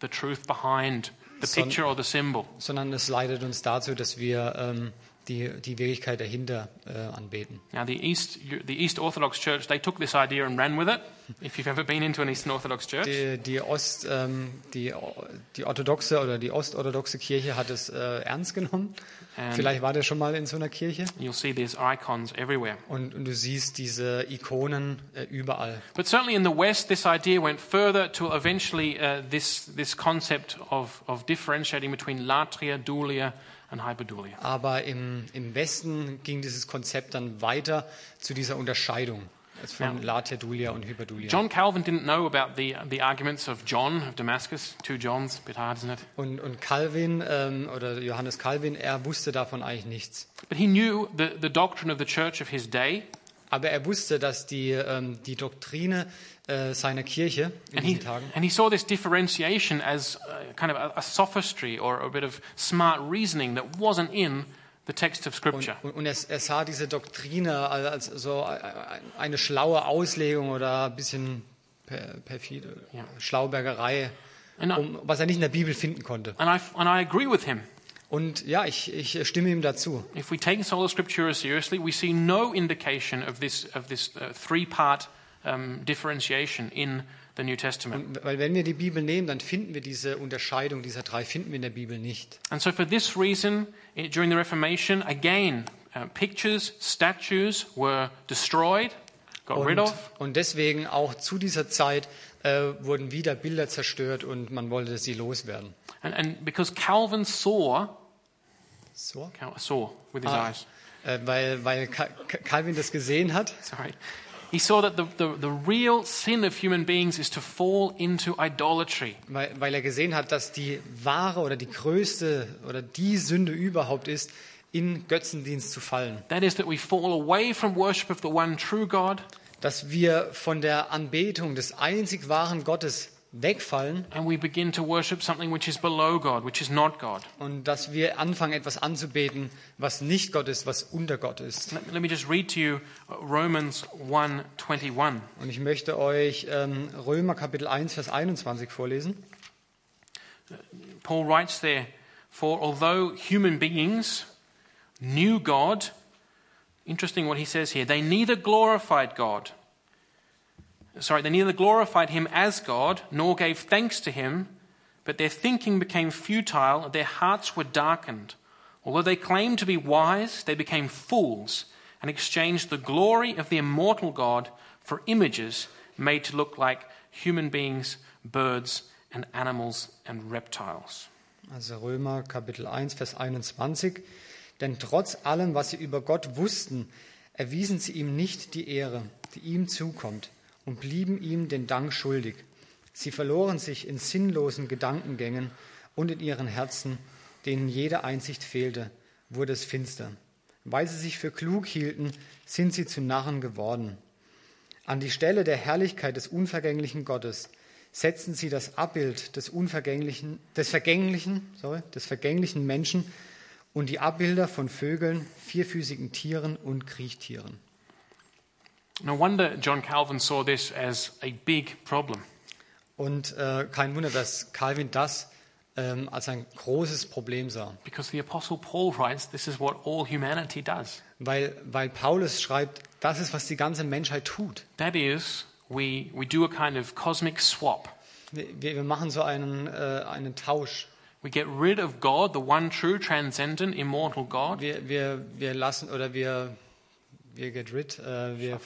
the truth behind the Son- picture or the symbol. sondern es leitet uns dazu, dass wir ähm, die, die Wirklichkeit dahinter äh, anbeten. Now, the East, the East Orthodox Church, they took this idea and ran with it. If you've ever been into an Eastern Orthodox church, Die, die, Ost, ähm, die, die orthodoxe oder die ostorthodoxe Kirche hat es äh, ernst genommen. Ähm. Vielleicht war der schon mal in so einer Kirche. you'll see these icons everywhere. Und, und du siehst diese Ikonen äh, überall. But certainly in the West, this idea went further to eventually uh, this, this concept of, of differentiating between latria, dulia, and hyperdulia. Aber im, im Westen ging dieses Konzept dann weiter zu dieser Unterscheidung also von Latia Dulia und Hyperdulia. John Calvin didn't know about the, the arguments of John of Damascus, two Johns, bit hard, isn't it? Und, und Calvin ähm, oder Johannes Calvin, er wusste davon eigentlich nichts. But he knew the, the doctrine of the church of his day, Aber er wusste, dass die, ähm, die Doktrine äh, seiner Kirche in and he, diesen Tagen, and he saw this differentiation as uh, kind of a, a sophistry or a bit of smart reasoning that wasn't in the text of und, Scripture. und, und er, er sah diese Doktrine als, als so eine schlaue Auslegung oder ein bisschen per, perfide Schlaubergerei, And I, um, was er nicht in der Bibel finden konnte. and, I, and I agree with him. Und ja, ich, ich stimme ihm dazu. If we take Sola Scriptura seriously, we see no indication of this, of this uh, three part um, differentiation in the New Testament. Weil wenn wir die Bibel nehmen, dann finden wir diese Unterscheidung dieser drei, finden wir in der Bibel nicht. And so, for this reason, i- during the Reformation, again, uh, pictures, statues were destroyed, got rid Und, of. und deswegen auch zu dieser Zeit äh, wurden wieder Bilder zerstört und man wollte sie loswerden. And, and because Calvin saw, So? Cal- saw with his Ah, eyes, äh, weil, weil Ka- Ka- Calvin das gesehen hat. sorry, he saw that the, the, the real sin of human beings is to fall into idolatry. Weil, weil er gesehen hat, dass die wahre oder die größte oder die Sünde überhaupt ist, in Götzendienst zu fallen. That is, that we fall away from worship of the one true God Dass wir von der Anbetung des einzig wahren Gottes wegfallen and we begin to worship something which is below God, which is not God. und dass wir anfangen, etwas anzubeten, was nicht Gott ist, was unter Gott ist. Let, let me just read to you uh, Romans 1:21. Und ich möchte euch ähm, Römer Kapitel 1, Vers 21 vorlesen. Paul writes there, for although human beings knew God, interesting what he says here, they neither glorified God. Sorry, they neither glorified him as God nor gave thanks to him, but their thinking became futile, and their hearts were darkened. Although they claimed to be wise, they became fools and exchanged the glory of the immortal God for images made to look like human beings, birds, and animals and reptiles. Also Römer Kapitel 1, Vers 21. Denn trotz allem, was sie über Gott wussten, erwiesen sie ihm nicht die Ehre, die ihm zukommt, und blieben ihm den Dank schuldig. Sie verloren sich in sinnlosen Gedankengängen und in ihren Herzen, denen jede Einsicht fehlte, wurde es finster. Weil sie sich für klug hielten, sind sie zu Narren geworden. An die Stelle der Herrlichkeit des unvergänglichen Gottes setzten sie das Abbild des unvergänglichen, des vergänglichen, sorry, des vergänglichen Menschen und die Abbilder von Vögeln, vierfüßigen Tieren und Kriechtieren. No wonder John Calvin saw this as a big problem. Und äh, kein Wunder, dass Calvin das ähm, als ein großes Problem sah, Because the Apostle Paul writes, this is what all humanity does. weil, weil Paulus schreibt, das ist, was die ganze Menschheit tut. That is, we, we do a kind of cosmic swap. Wir, wir machen so einen, äh, einen Tausch. We get rid of God, the one true, transcendent, immortal God. Wir, wir, wir lassen oder wir, wir get rid, äh, wir,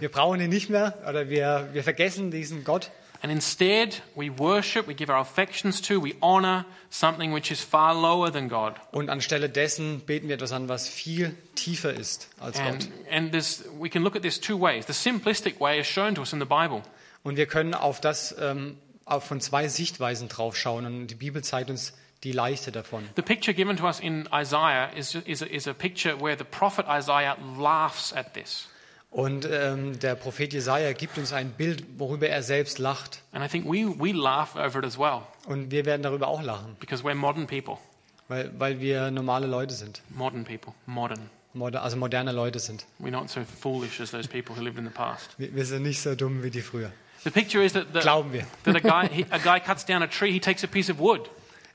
wir brauchen ihn nicht mehr oder wir, wir vergessen diesen Gott And instead, we worship, we give our affections to, we honor something which is far lower than God. und anstelle dessen beten wir etwas an, was viel tiefer ist als Gott. And, and this, we can look at this two ways. The simplistic way is shown to us in the Bible. Und wir können auf das ähm, auch von zwei Sichtweisen draufschauen und die Bibel zeigt uns die leichte davon. The picture given to us in Isaiah is, is, is a picture where the prophet Isaiah laughs at this. Und ähm, der Prophet Jesaja gibt uns ein Bild, worüber er selbst lacht. And I think we, we laugh over it as well Und wir werden darüber auch lachen, because we're modern people. weil, weil wir normale Leute sind, Modern people. Modern. moder also moderne Leute sind. We're not so foolish as those people who lived in the past. Wir, wir sind nicht so dumm wie die früher. The picture is that, the, Glauben wir. that a, guy, he, a guy cuts down a tree, he takes a piece of wood.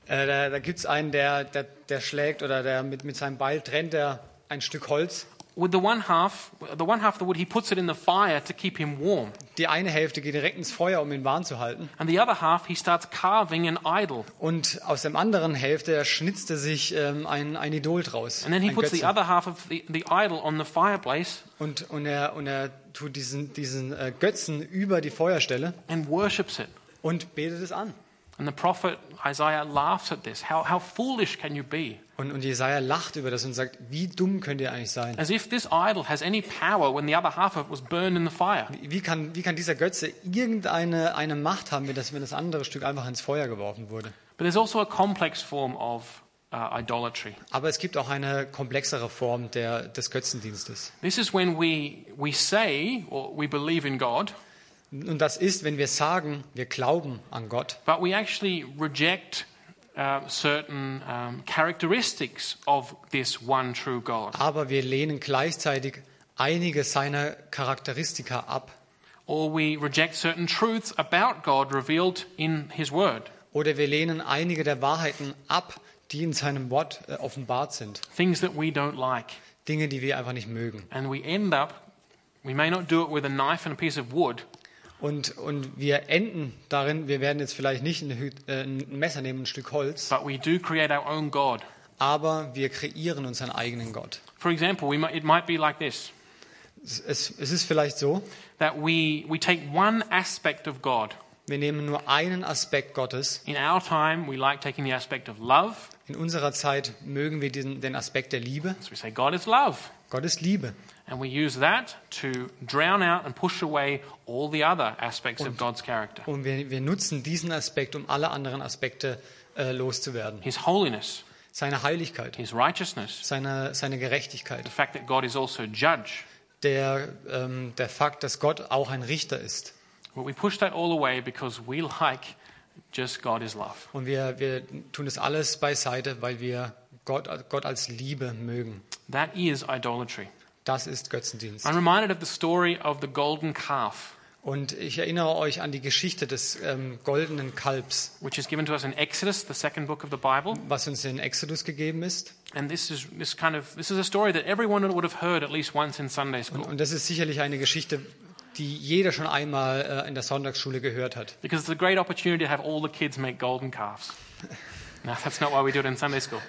Äh, da da gibt es einen, der, der, der schlägt oder der mit, mit seinem Beil trennt er ein Stück Holz. With the one half, the one half of the wood, he puts it in the fire to keep him warm. Die eine Hälfte geht direkt ins Feuer, um ihn warm zu halten. And the other half, he starts carving an idol. Und aus der anderen Hälfte schnitzt er sich ähm, ein, ein Idol draus. And then he ein puts the Götze. other half of the, the idol on the fireplace Und, und, er, und er tut diesen, diesen äh, Götzen über die Feuerstelle and worships it. und betet es an. And the prophet Isaiah laughs at this. How, how foolish can you be? Und, und Jesaja lacht über das und sagt, wie dumm könnt ihr eigentlich sein? As if this idol has any power when the other half of it was burned in the fire. Wie kann, wie kann dieser Götze irgendeine eine Macht haben, wenn das, wenn das andere Stück einfach ins Feuer geworfen wurde? But there's also a complex form of uh, idolatry. Aber es gibt auch eine komplexere Form der, des Götzendienstes. This is when we, we say or we believe in God, Und das ist, wenn wir sagen, wir glauben an Gott, but we actually reject uh, certain um, characteristics of this one true God. aber wir lehnen gleichzeitig einige seiner Charakteristika ab. Or we reject certain truths about God revealed in His Word. Oder wir lehnen einige der Wahrheiten ab, die in seinem Wort äh, offenbart sind. Things that we don't like. Dinge, die wir einfach nicht mögen. And we end up, we may not do it with a knife and a piece of wood, Und, und wir enden darin, wir werden jetzt vielleicht nicht eine Hü äh, ein Messer nehmen, ein Stück Holz, but we do create our own God. aber wir kreieren uns einen eigenen Gott. For example, we might, it might be like this Es, es, es ist vielleicht so, that we, we take one aspect of God. wir nehmen nur einen Aspekt Gottes. In our time, we like taking the aspect of love, In unserer Zeit mögen wir diesen, den Aspekt der Liebe. so we say God is love. Gott ist Liebe. And we use that to drown out and push away all the other aspects of God's character Und wir, wir nutzen diesen Aspekt, um alle anderen Aspekte äh, loszuwerden. His holiness, seine Heiligkeit, his righteousness, seine, seine Gerechtigkeit, the fact that God is also judge. der, ähm, der Fakt, dass Gott auch ein Richter ist. But we push that all away because we like just God is love. Und wir, wir tun das alles beiseite, weil wir Gott, Gott als Liebe mögen. That is idolatry. Das ist Götzendienst. I'm reminded of the story of the golden calf, Und ich erinnere euch an die Geschichte des ähm, goldenen Kalbs, which is given to us in Exodus, the second book of the Bible. was uns in Exodus gegeben ist. And this is this kind of this is a story that everyone would have heard at least once in Sunday school Und das ist sicherlich eine Geschichte, die jeder schon einmal äh, in der Sonntagsschule gehört hat. because it's a great opportunity to have all the kids make golden calves. No, that's not why we do it in Sunday school.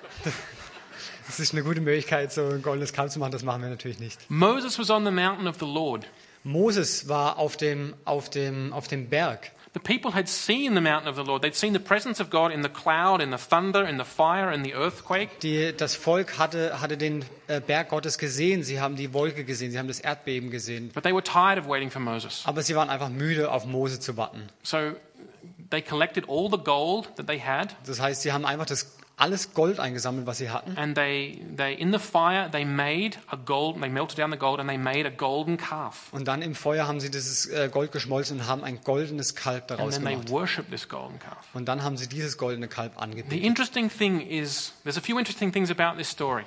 Das ist eine gute Möglichkeit, so ein goldenes Kalb zu machen. Das machen wir natürlich nicht. Moses was on the mountain of the Lord. Moses war auf dem, auf dem, auf dem Berg. The people had seen the mountain of the Lord. They'd seen the presence of God in the cloud, in the thunder, in the fire, in the earthquake. Die, das Volk hatte, hatte den äh, Berg Gottes gesehen. Sie haben die Wolke gesehen. Sie haben das Erdbeben gesehen. But they were tired of waiting for Moses. Aber sie waren einfach müde, auf Mose zu warten. So they collected all the gold that they had, Das heißt, sie haben einfach das alles Gold eingesammelt, was sie hatten. and they, they in the fire they made a gold. They melted down the gold, and they made a golden calf. Und dann im Feuer haben sie dieses äh, Gold geschmolzen und haben ein goldenes Kalb And daraus then they gemacht. worshipped this golden calf. Und dann haben sie dieses goldene Kalb The angebetet. interesting thing is, there's a few interesting things about this story.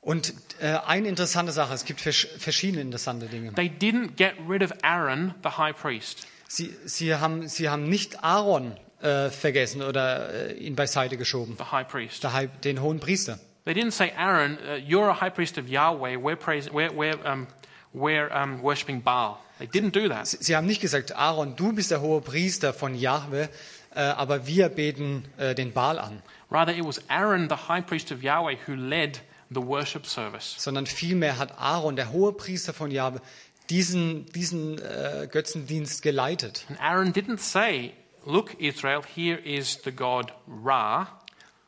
Und äh, eine interessante Sache, es gibt versch- verschiedene interessante Dinge. They didn't get rid of Aaron, the high priest. Sie, sie, haben, sie haben nicht Aaron äh, vergessen oder äh, ihn beiseite geschoben, The high priest. der, Hei- den hohen Priester. They didn't say, Aaron, uh, you're a high priest of Yahweh. We're, praise, we're, we're, um, we're um, worshiping Baal. They didn't do that. Sie, sie haben nicht gesagt, Aaron, du bist der hohe Priester von Jahwe, äh, aber wir beten äh, den Baal an. Rather, it was Aaron, the high priest of Yahweh, who led the worship service. Sondern vielmehr hat Aaron, der hohe Priester von Jahwe, diesen, diesen äh, Götzendienst geleitet. And Aaron didn't say, Look, Israel, here is the god Ra,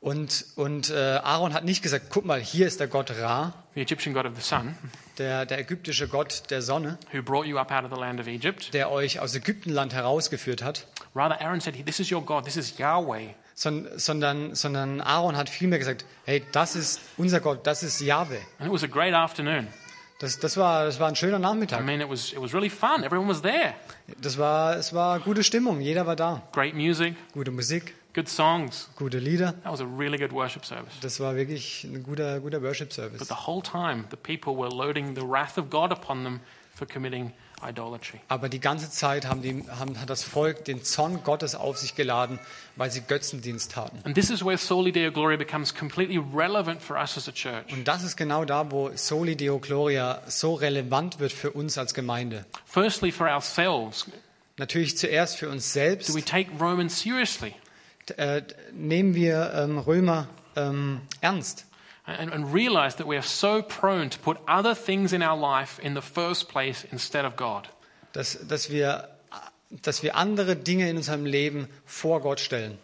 Und, und äh, Aaron hat nicht gesagt, guck mal, hier ist der Gott Ra, the Egyptian god of the sun, der, der ägyptische Gott der Sonne. who brought you up out of the land of Egypt. der euch aus Ägyptenland herausgeführt hat, Rather, Aaron said, This is your God, this is Yahweh. son- sondern, sondern Aaron hat vielmehr gesagt, hey, das ist unser Gott, das ist Jahwe. And it was a great afternoon. Das, das, war, das war ein schöner I Nachmittag. mean, it was, it was really fun. Everyone was there. Das war, es war gute Stimmung, jeder war da. Great music, Gute Musik, good songs. gute Lieder. That was a really good worship service. Das war wirklich ein guter, guter Worship-Service. But the whole time, the people were loading the wrath of God upon them for committing idolatry. Aber die ganze Zeit haben die, haben, hat das Volk den Zorn Gottes auf sich geladen, weil sie Götzendienst taten. And this is where Soli Deo Gloria becomes completely relevant for us as a church. Und das ist genau da, wo Soli Deo Gloria so relevant wird für uns als Gemeinde. Firstly, for ourselves, Natürlich zuerst für uns selbst. do we take Romans seriously äh, nehmen wir ähm, Römer ähm, ernst and, and realize that we are so prone to put other things in our life in the first place instead of God? dass, dass, wir, dass wir andere Dinge in unserem Leben vor Gott stellen.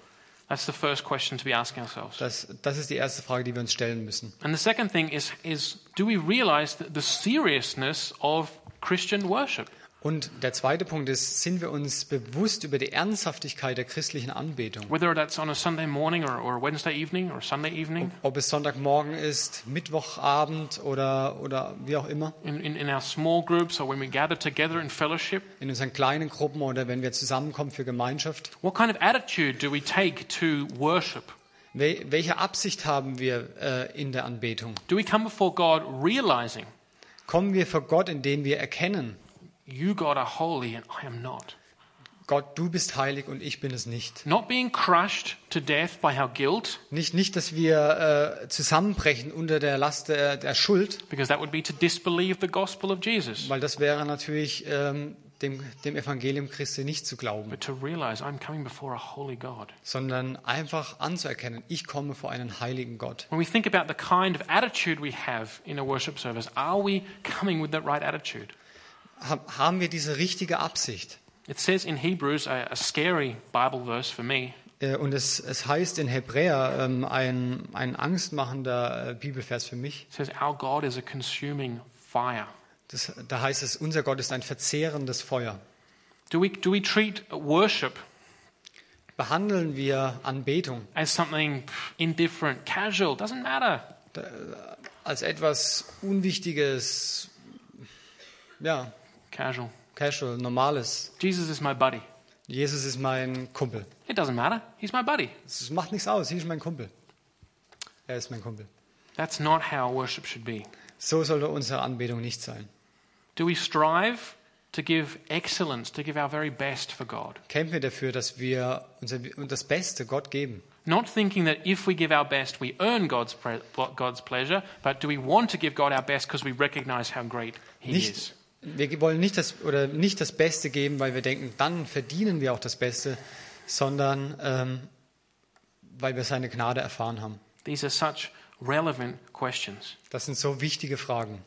That's the first question to be asking ourselves. Das, das ist die erste Frage, die wir uns stellen müssen. And the second thing is, is do we realize that the seriousness of Christian worship? Und der zweite Punkt ist, sind wir uns bewusst über die Ernsthaftigkeit der christlichen Anbetung? Whether that's on a Sunday morning or, or Wednesday evening or Sunday evening, Ob es Sonntagmorgen ist, Mittwochabend oder, oder wie auch immer, in, in, in our small groups or when we gather together in fellowship, in unseren kleinen Gruppen oder wenn wir zusammenkommen für Gemeinschaft. what kind of attitude do we take to worship? Wel welche Absicht haben wir äh, in der Anbetung? Do we come before God realizing, Kommen wir vor Gott, indem wir erkennen, you, God, are holy and I am not? Gott, du bist heilig und ich bin es nicht. Not being crushed to death by our guilt, Nicht, nicht dass wir äh, zusammenbrechen unter der Last der, der Schuld, because that would be to disbelieve the gospel of Jesus, weil das wäre natürlich ähm, dem, dem Evangelium Christi nicht zu glauben, but to realize I'm coming before a holy God. sondern einfach anzuerkennen, ich komme vor einen heiligen Gott. When we think about the kind of attitude we have in a worship service, are we coming with that right attitude? Ha- Haben wir diese richtige Absicht? It says in Hebrews, a, a scary Bible verse for me, Äh, Und es, es heißt in Hebräer ähm, ein, ein angstmachender äh, Bibelvers für mich. it says, Our God is a consuming fire. Das, da heißt es, unser Gott ist ein verzehrendes Feuer. Do we, do we treat worship behandeln wir Anbetung as something pff, indifferent, casual, doesn't matter. als etwas Unwichtiges, ja, Casual. casual, Normales. Jesus is my buddy. Jesus ist mein Kumpel. It doesn't matter. He's my buddy. Es macht nichts aus, hier ist mein Kumpel. Er ist mein Kumpel. That's not how worship should be. So sollte unsere Anbetung nicht sein. Do we strive to give excellence, to give our very best for God? Kämpfen wir dafür, dass wir unser, das Beste Gott geben. Not thinking that if we give our best, we earn God's, pre- God's pleasure, but do we want to give God our best because we recognize how great He is? Nicht, wir wollen nicht das, oder nicht das Beste geben, weil wir denken, dann verdienen wir auch das Beste, sondern ähm, weil wir seine Gnade erfahren haben. These are such relevant questions. Das sind so wichtige Fragen.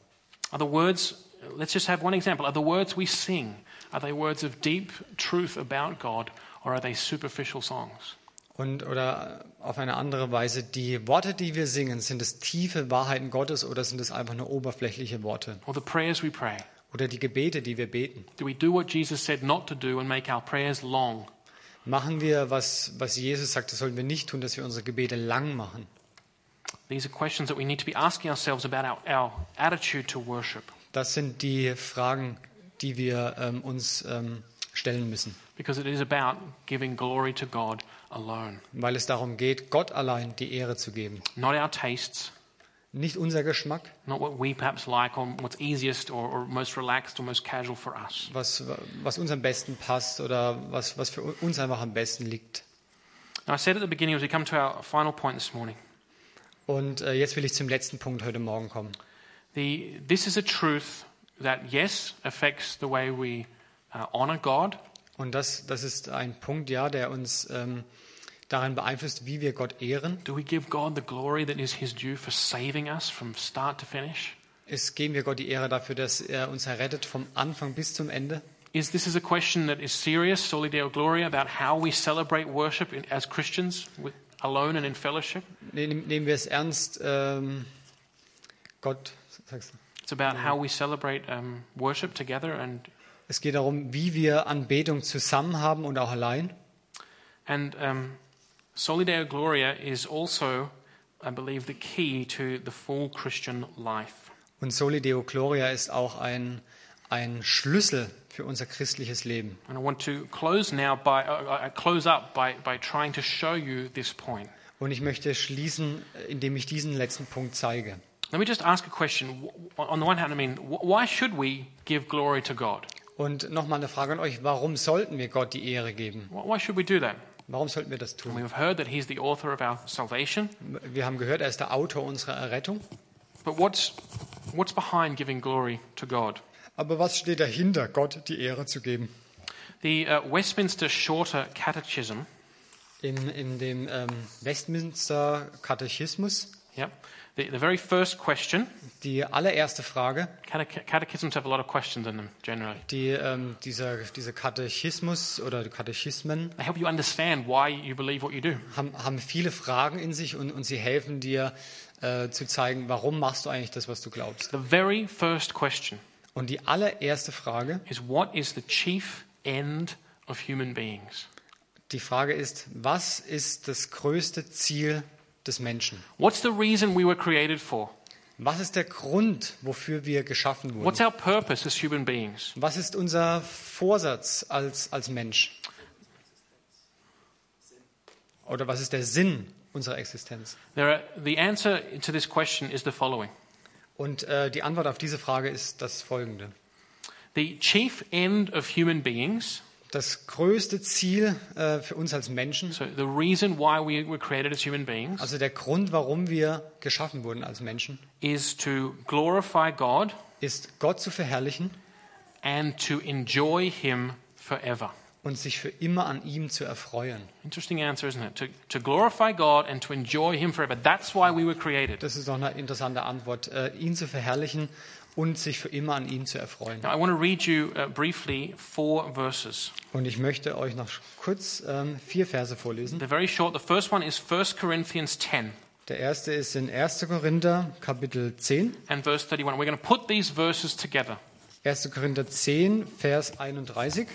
Are the words, let's just have one example, are the words we sing, are they words of deep truth about God, or are they superficial songs? Und oder auf eine andere Weise, die Worte, die wir singen, sind es tiefe Wahrheiten Gottes oder sind es einfach nur oberflächliche Worte? Or the prayers we pray? Oder die Gebete, die wir beten? Do we do what Jesus said not to do and make our prayers long? Machen wir, was, was Jesus sagt, das sollen wir nicht tun, dass wir unsere Gebete lang machen. These are questions that we need to be asking ourselves about our, our attitude to worship. Das sind die Fragen, die wir ähm, uns ähm, stellen müssen, because it is about giving glory to God alone, weil es darum geht, Gott allein die Ehre zu geben. not our tastes, Nicht unser Geschmack, not what we perhaps like or what's easiest or, or most relaxed or most casual for us. was, was uns am besten passt oder was, was für uns einfach am besten liegt. Now, I said at the beginning, as we come to our final point this morning, Und äh, jetzt will ich zum letzten Punkt heute Morgen kommen. the, this is a truth that, yes, affects the way we uh, honor God, Und das, das ist ein Punkt, ja, der uns ähm, darin beeinflusst, wie wir Gott ehren. do we give God the glory that is His due for saving us from start to finish? Es geben wir Gott die Ehre dafür, dass er uns errettet vom Anfang bis zum Ende. Is this is a question that is serious, soli deo gloria, about how we celebrate worship in, as Christians, with, alone and in fellowship? Nehmen, nehmen wir es ernst, ähm, Gott, sagst du? It's about how we celebrate um, worship together and Es geht darum, wie wir Anbetung zusammen haben und auch allein. and um, Soli Deo Gloria is also, I believe, the key to the full Christian life. Und Soli Deo Gloria ist auch ein, ein Schlüssel für unser christliches Leben. And I want to close now by uh, I close up by, by trying to show you this point. Und ich möchte schließen, indem ich diesen letzten Punkt zeige. Let me just ask a question. Wh- On the one hand, I mean, wh- why should we give glory to God? Und nochmal eine Frage an euch, warum sollten wir Gott die Ehre geben? Wh- Why should we do that? Warum sollten wir das tun? We've heard that He's the author of our salvation, Wir haben gehört, er ist der Autor unserer Errettung. but what's what's behind giving glory to God? Aber was steht dahinter, Gott die Ehre zu geben? The uh, Westminster Shorter Catechism In, in dem ähm, Westminster Katechismus, Yep. The, the very first question, die allererste Frage, catech- catechisms have a lot of questions in them generally. die, ähm, dieser, dieser Katechismus oder die Katechismen They help you understand why you believe what you do. haben, haben viele Fragen in sich und, und sie helfen dir äh, zu zeigen, warum machst du eigentlich das, was du glaubst. The very first question Und die allererste Frage, is what is the chief end of human beings? die Frage ist, was ist das größte Ziel des Menschen? What's the reason we were created for? Was ist der Grund, wofür wir geschaffen wurden? What's our purpose as human beings? Was ist unser Vorsatz als, als Mensch? Oder was ist der Sinn unserer Existenz? There are, the answer to this question is the following Und äh, die Antwort auf diese Frage ist das folgende. The chief end of human beings, Das größte Ziel äh, für uns als Menschen, so the reason why we were created as human beings, also der Grund, warum wir geschaffen wurden als Menschen, is to glorify God ist Gott zu verherrlichen and to enjoy Him forever. und sich für immer an ihm zu erfreuen. Interesting answer, isn't it? To, to glorify God and to enjoy Him forever. That's why we were created. Das ist doch eine interessante Antwort, äh, ihn zu verherrlichen und sich für immer an ihm zu erfreuen. Now, I want to read you uh, briefly four verses. Und ich möchte euch noch kurz ähm, vier Verse vorlesen. They're very short. The first one is 1 Corinthians 10 Der erste ist in 1. Korinther Kapitel 10. and verse 31. We're going to put these verses together. 1. Korinther 10, Vers 31.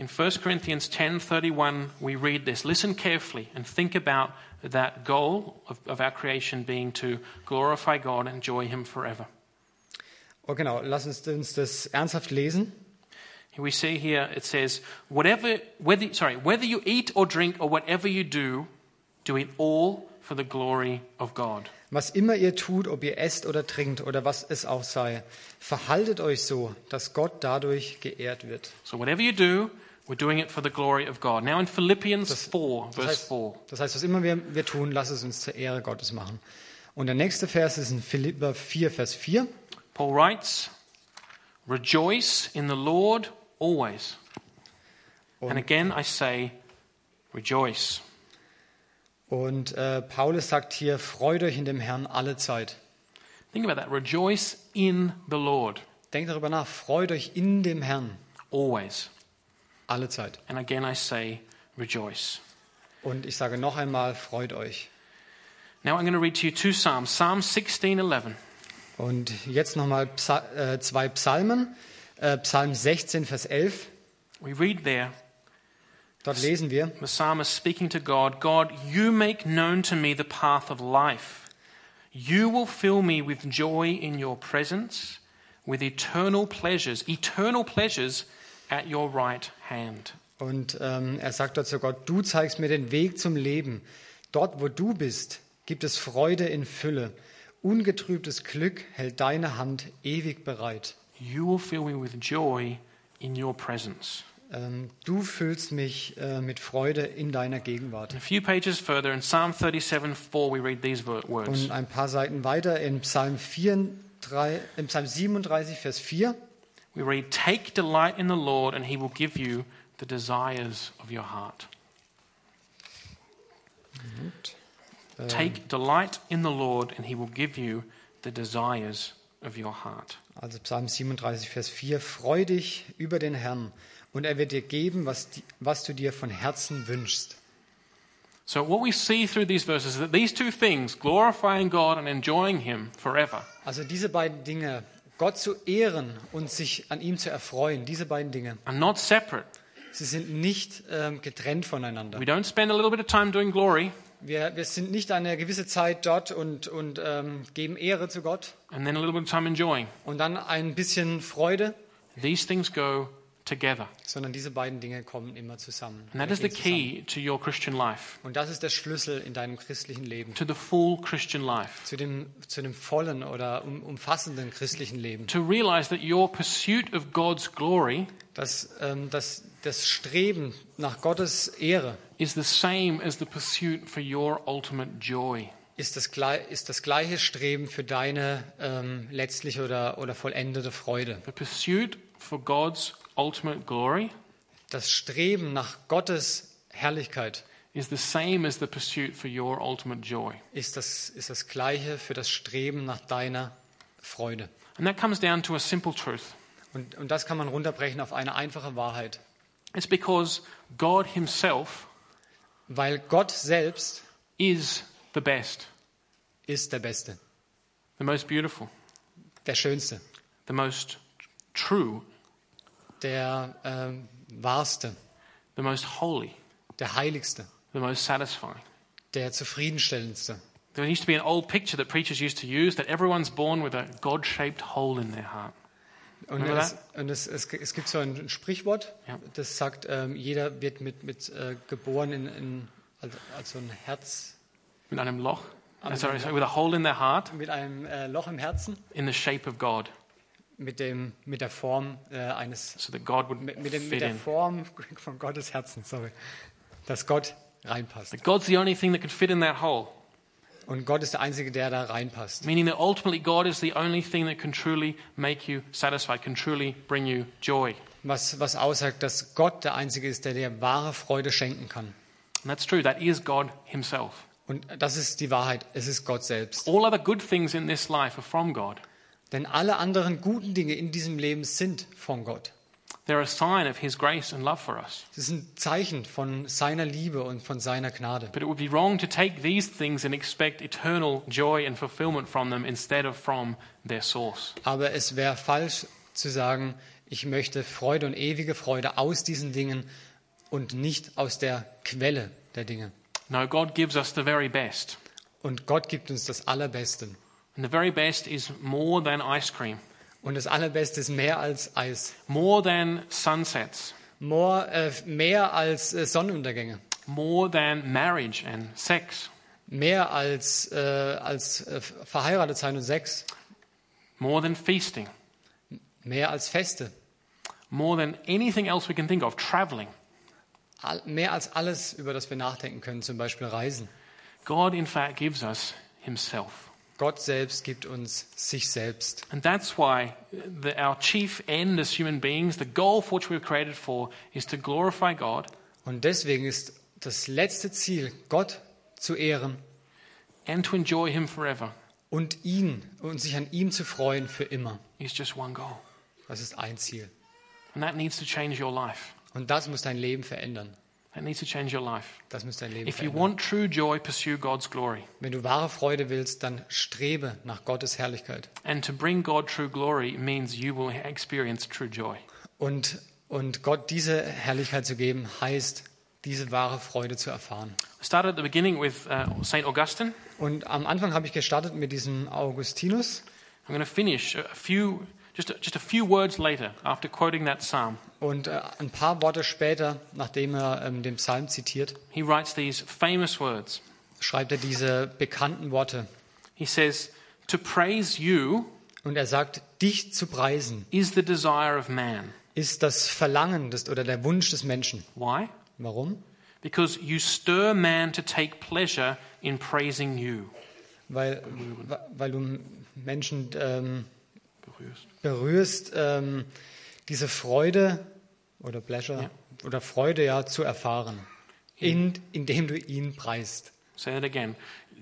In 1 Corinthians 10:31 we read this. Listen carefully and think about that goal of, of our creation being to glorify God and enjoy him forever. Oh, genau, lass uns, uns das ernsthaft lesen. We see here it says, whatever, whether, sorry, whether you eat or drink or whatever you do, do it all for the glory of God. Was immer ihr tut, ob ihr esst oder trinkt oder was es auch sei, verhaltet euch so, dass Gott dadurch geehrt wird. So whatever you do, we're doing it for the glory of God. Now in Philippians 4, Das verse heißt, 4. das heißt was immer wir, wir tun, lass es uns zur Ehre Gottes machen. Und der nächste Vers ist in Philipper 4, Vers 4. Paul writes, Rejoice in the Lord always. And again I say, rejoice. Und äh, Paulus sagt hier, freut euch in dem Herrn alle Zeit. Think about that. Rejoice in the Lord Denkt darüber nach, freut euch in dem Herrn always. alle Zeit. And again I say, rejoice. Und ich sage noch einmal, freut euch. Now I'm going to read to you two Psalms Psalm 16 11. Und jetzt nochmal Psa äh, zwei Psalmen. Äh, Psalm 16, Vers 11. We read there, Dort lesen wir, the psalmist speaking to God God, you make known to me the path of life. You will fill me with joy in your presence, with eternal pleasures, eternal pleasures at your right hand. Und ähm, er sagt dort zu Gott, du zeigst mir den Weg zum Leben. Dort, wo du bist, gibt es Freude in Fülle. Ungetrübtes Glück hält deine Hand ewig bereit. You will fill me with joy in your presence. Ähm, du füllst mich äh, mit Freude in deiner Gegenwart. A few pages further, in Psalm 37 4, we read these ver- words Und ein paar Seiten weiter in Psalm, 4, drei- in Psalm 37, Vers 4. We read, Take delight in the Lord, and he will give you the desires of your heart. Take delight in the Lord, and he will give you the desires of your heart. Also Psalm 37, Vers 4. Freu dich über den Herrn und er wird dir geben, was, die, was du dir von Herzen wünschst. So, what we see through these verses is that these two things, glorifying God and enjoying Him forever, Also diese beiden Dinge, Gott zu ehren und sich an ihm zu erfreuen, diese beiden Dinge, are not separate. sie sind nicht ähm, getrennt voneinander. We don't spend a little bit of time doing glory Wir, wir sind nicht eine gewisse Zeit dort und, und ähm, geben Ehre zu Gott and then a little bit of time enjoying. und dann ein bisschen Freude, These things go together. sondern diese beiden Dinge kommen immer zusammen. And that is the key Gehen zusammen. to your Christian life, Und das ist der Schlüssel in deinem christlichen Leben, to the full Christian life. zu dem, zu dem vollen oder um, umfassenden christlichen Leben. to realize that your pursuit of God's glory Das, ähm, das, das Streben nach Gottes Ehre is the same as the pursuit for your ultimate joy. ist das, glei- ist das gleiche Streben für deine ähm, letztliche oder, oder vollendete Freude. The pursuit for God's ultimate glory Das Streben nach Gottes Herrlichkeit is the same as the pursuit for your ultimate joy. ist das, ist das gleiche für das Streben nach deiner Freude. And that comes down to a simple truth Und, und das kann man runterbrechen auf eine einfache Wahrheit. it's because God Himself Weil Gott selbst is the best, ist der Beste, the most beautiful, der Schönste, the most true, der ähm, Wahrste, the most holy, der Heiligste, the most satisfying. der Zufriedenstellendste. There used to be an old picture that preachers used to use that everyone's born with a God shaped hole in their heart. Und, Oder? es, und es, es, es gibt so ein Sprichwort, Ja. das sagt, ähm, jeder wird mit, mit äh, geboren in, in als, als so ein Herz, mit einem Loch, uh, sorry, sorry, with a hole in their heart mit einem äh, Loch im Herzen, in the shape of God, mit dem mit der Form äh, eines so that God would mit, mit, dem, mit fit der in. Form von Gottes Herzen, sorry, dass Gott reinpasst. That God's the only thing that can fit in that hole, Und Gott ist der einzige, der da reinpasst. meaning that ultimately God is the only thing that can truly make you satisfied, can truly bring you joy. Was was aussagt, dass Gott der einzige ist, der dir wahre Freude schenken kann. And that's true. That is God Himself. Und das ist die Wahrheit. Es ist Gott selbst. All other good things in this life are from God. Denn alle anderen guten Dinge in diesem Leben sind von Gott. They're a sign of His grace and love for us. Es ist ein Zeichen von seiner Liebe und von seiner Gnade. But it would be wrong to take these things and expect eternal joy and fulfillment from them instead of from their source. Aber es wäre falsch zu sagen, Ich möchte Freude und ewige Freude aus diesen Dingen und nicht aus der Quelle der Dinge. No, God gives us the very best. Und Gott gibt uns das Allerbeste. And the very best is more than ice cream, Und das Allerbeste ist mehr als Eis, more than sunsets, more, äh, mehr als äh, Sonnenuntergänge, more than marriage and sex, mehr als, äh, als äh, verheiratet sein und Sex, more than feasting, mehr als Feste, more than anything else we can think of, traveling. all, mehr als alles, über das wir nachdenken können, zum Beispiel Reisen. God, in fact, gives us Himself. Gott selbst gibt uns sich selbst. And that's why the, our chief end as human beings, the goal for which we were created for, is to glorify God Und deswegen ist das letzte Ziel, Gott zu ehren and to enjoy Him forever, und ihn und sich an ihm zu freuen für immer. is just one goal. Das ist ein Ziel. And that needs to change your life. Und das muss dein Leben verändern. That needs to change your life. Das muss dein Leben If you verändern. want true joy, pursue God's glory. Wenn du wahre Freude willst, dann strebe nach Gottes Herrlichkeit. And to bring God true glory means you will experience true joy. Und, und Gott diese Herrlichkeit zu geben, heißt, diese wahre Freude zu erfahren. I started at the beginning with uh, St. Augustine. Und am Anfang habe ich gestartet mit diesem Augustinus. I'm going to finish a a few, just a, just a few words later after quoting that psalm. Und äh, ein paar Worte später, nachdem er ähm, den Psalm zitiert, He writes these famous words. schreibt er diese bekannten Worte. He says, To praise you Und er sagt, dich zu preisen is the desire of man. ist das Verlangen des, oder der Wunsch des Menschen. Why? Warum? Because you stir man to take pleasure in praising you. Weil, weil du Menschen ähm, berührst, ähm, diese Freude oder Pleasure Ja. oder Freude ja zu erfahren, in, indem du ihn preist. Say that again.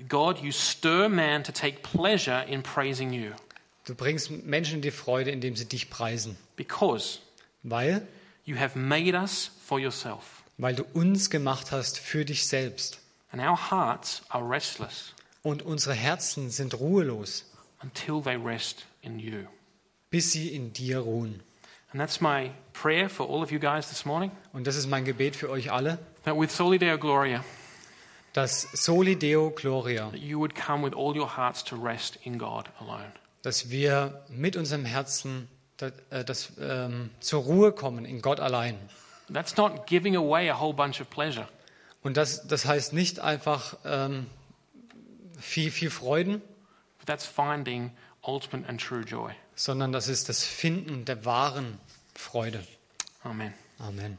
God, you stir man to take pleasure in praising you. Du bringst Menschen die Freude, indem sie dich preisen, Because weil, you have made us for yourself. weil du uns gemacht hast für dich selbst. And our hearts are restless Und unsere Herzen sind ruhelos, until they rest in you. bis sie in dir ruhen. And that's my prayer for all of you guys this morning Und das ist mein Gebet für euch alle, that with Soli Deo Gloria, dass Soli Deo Gloria, that you would come with all your hearts to rest in God alone. dass wir mit unserem Herzen dass, äh, dass, ähm, zur Ruhe kommen in Gott allein. That's not giving away a whole bunch of pleasure. Und das, das heißt nicht einfach ähm, viel, viel Freuden, But that's finding ultimate and true joy. sondern das ist das Finden der wahren Freude. Amen. Amen.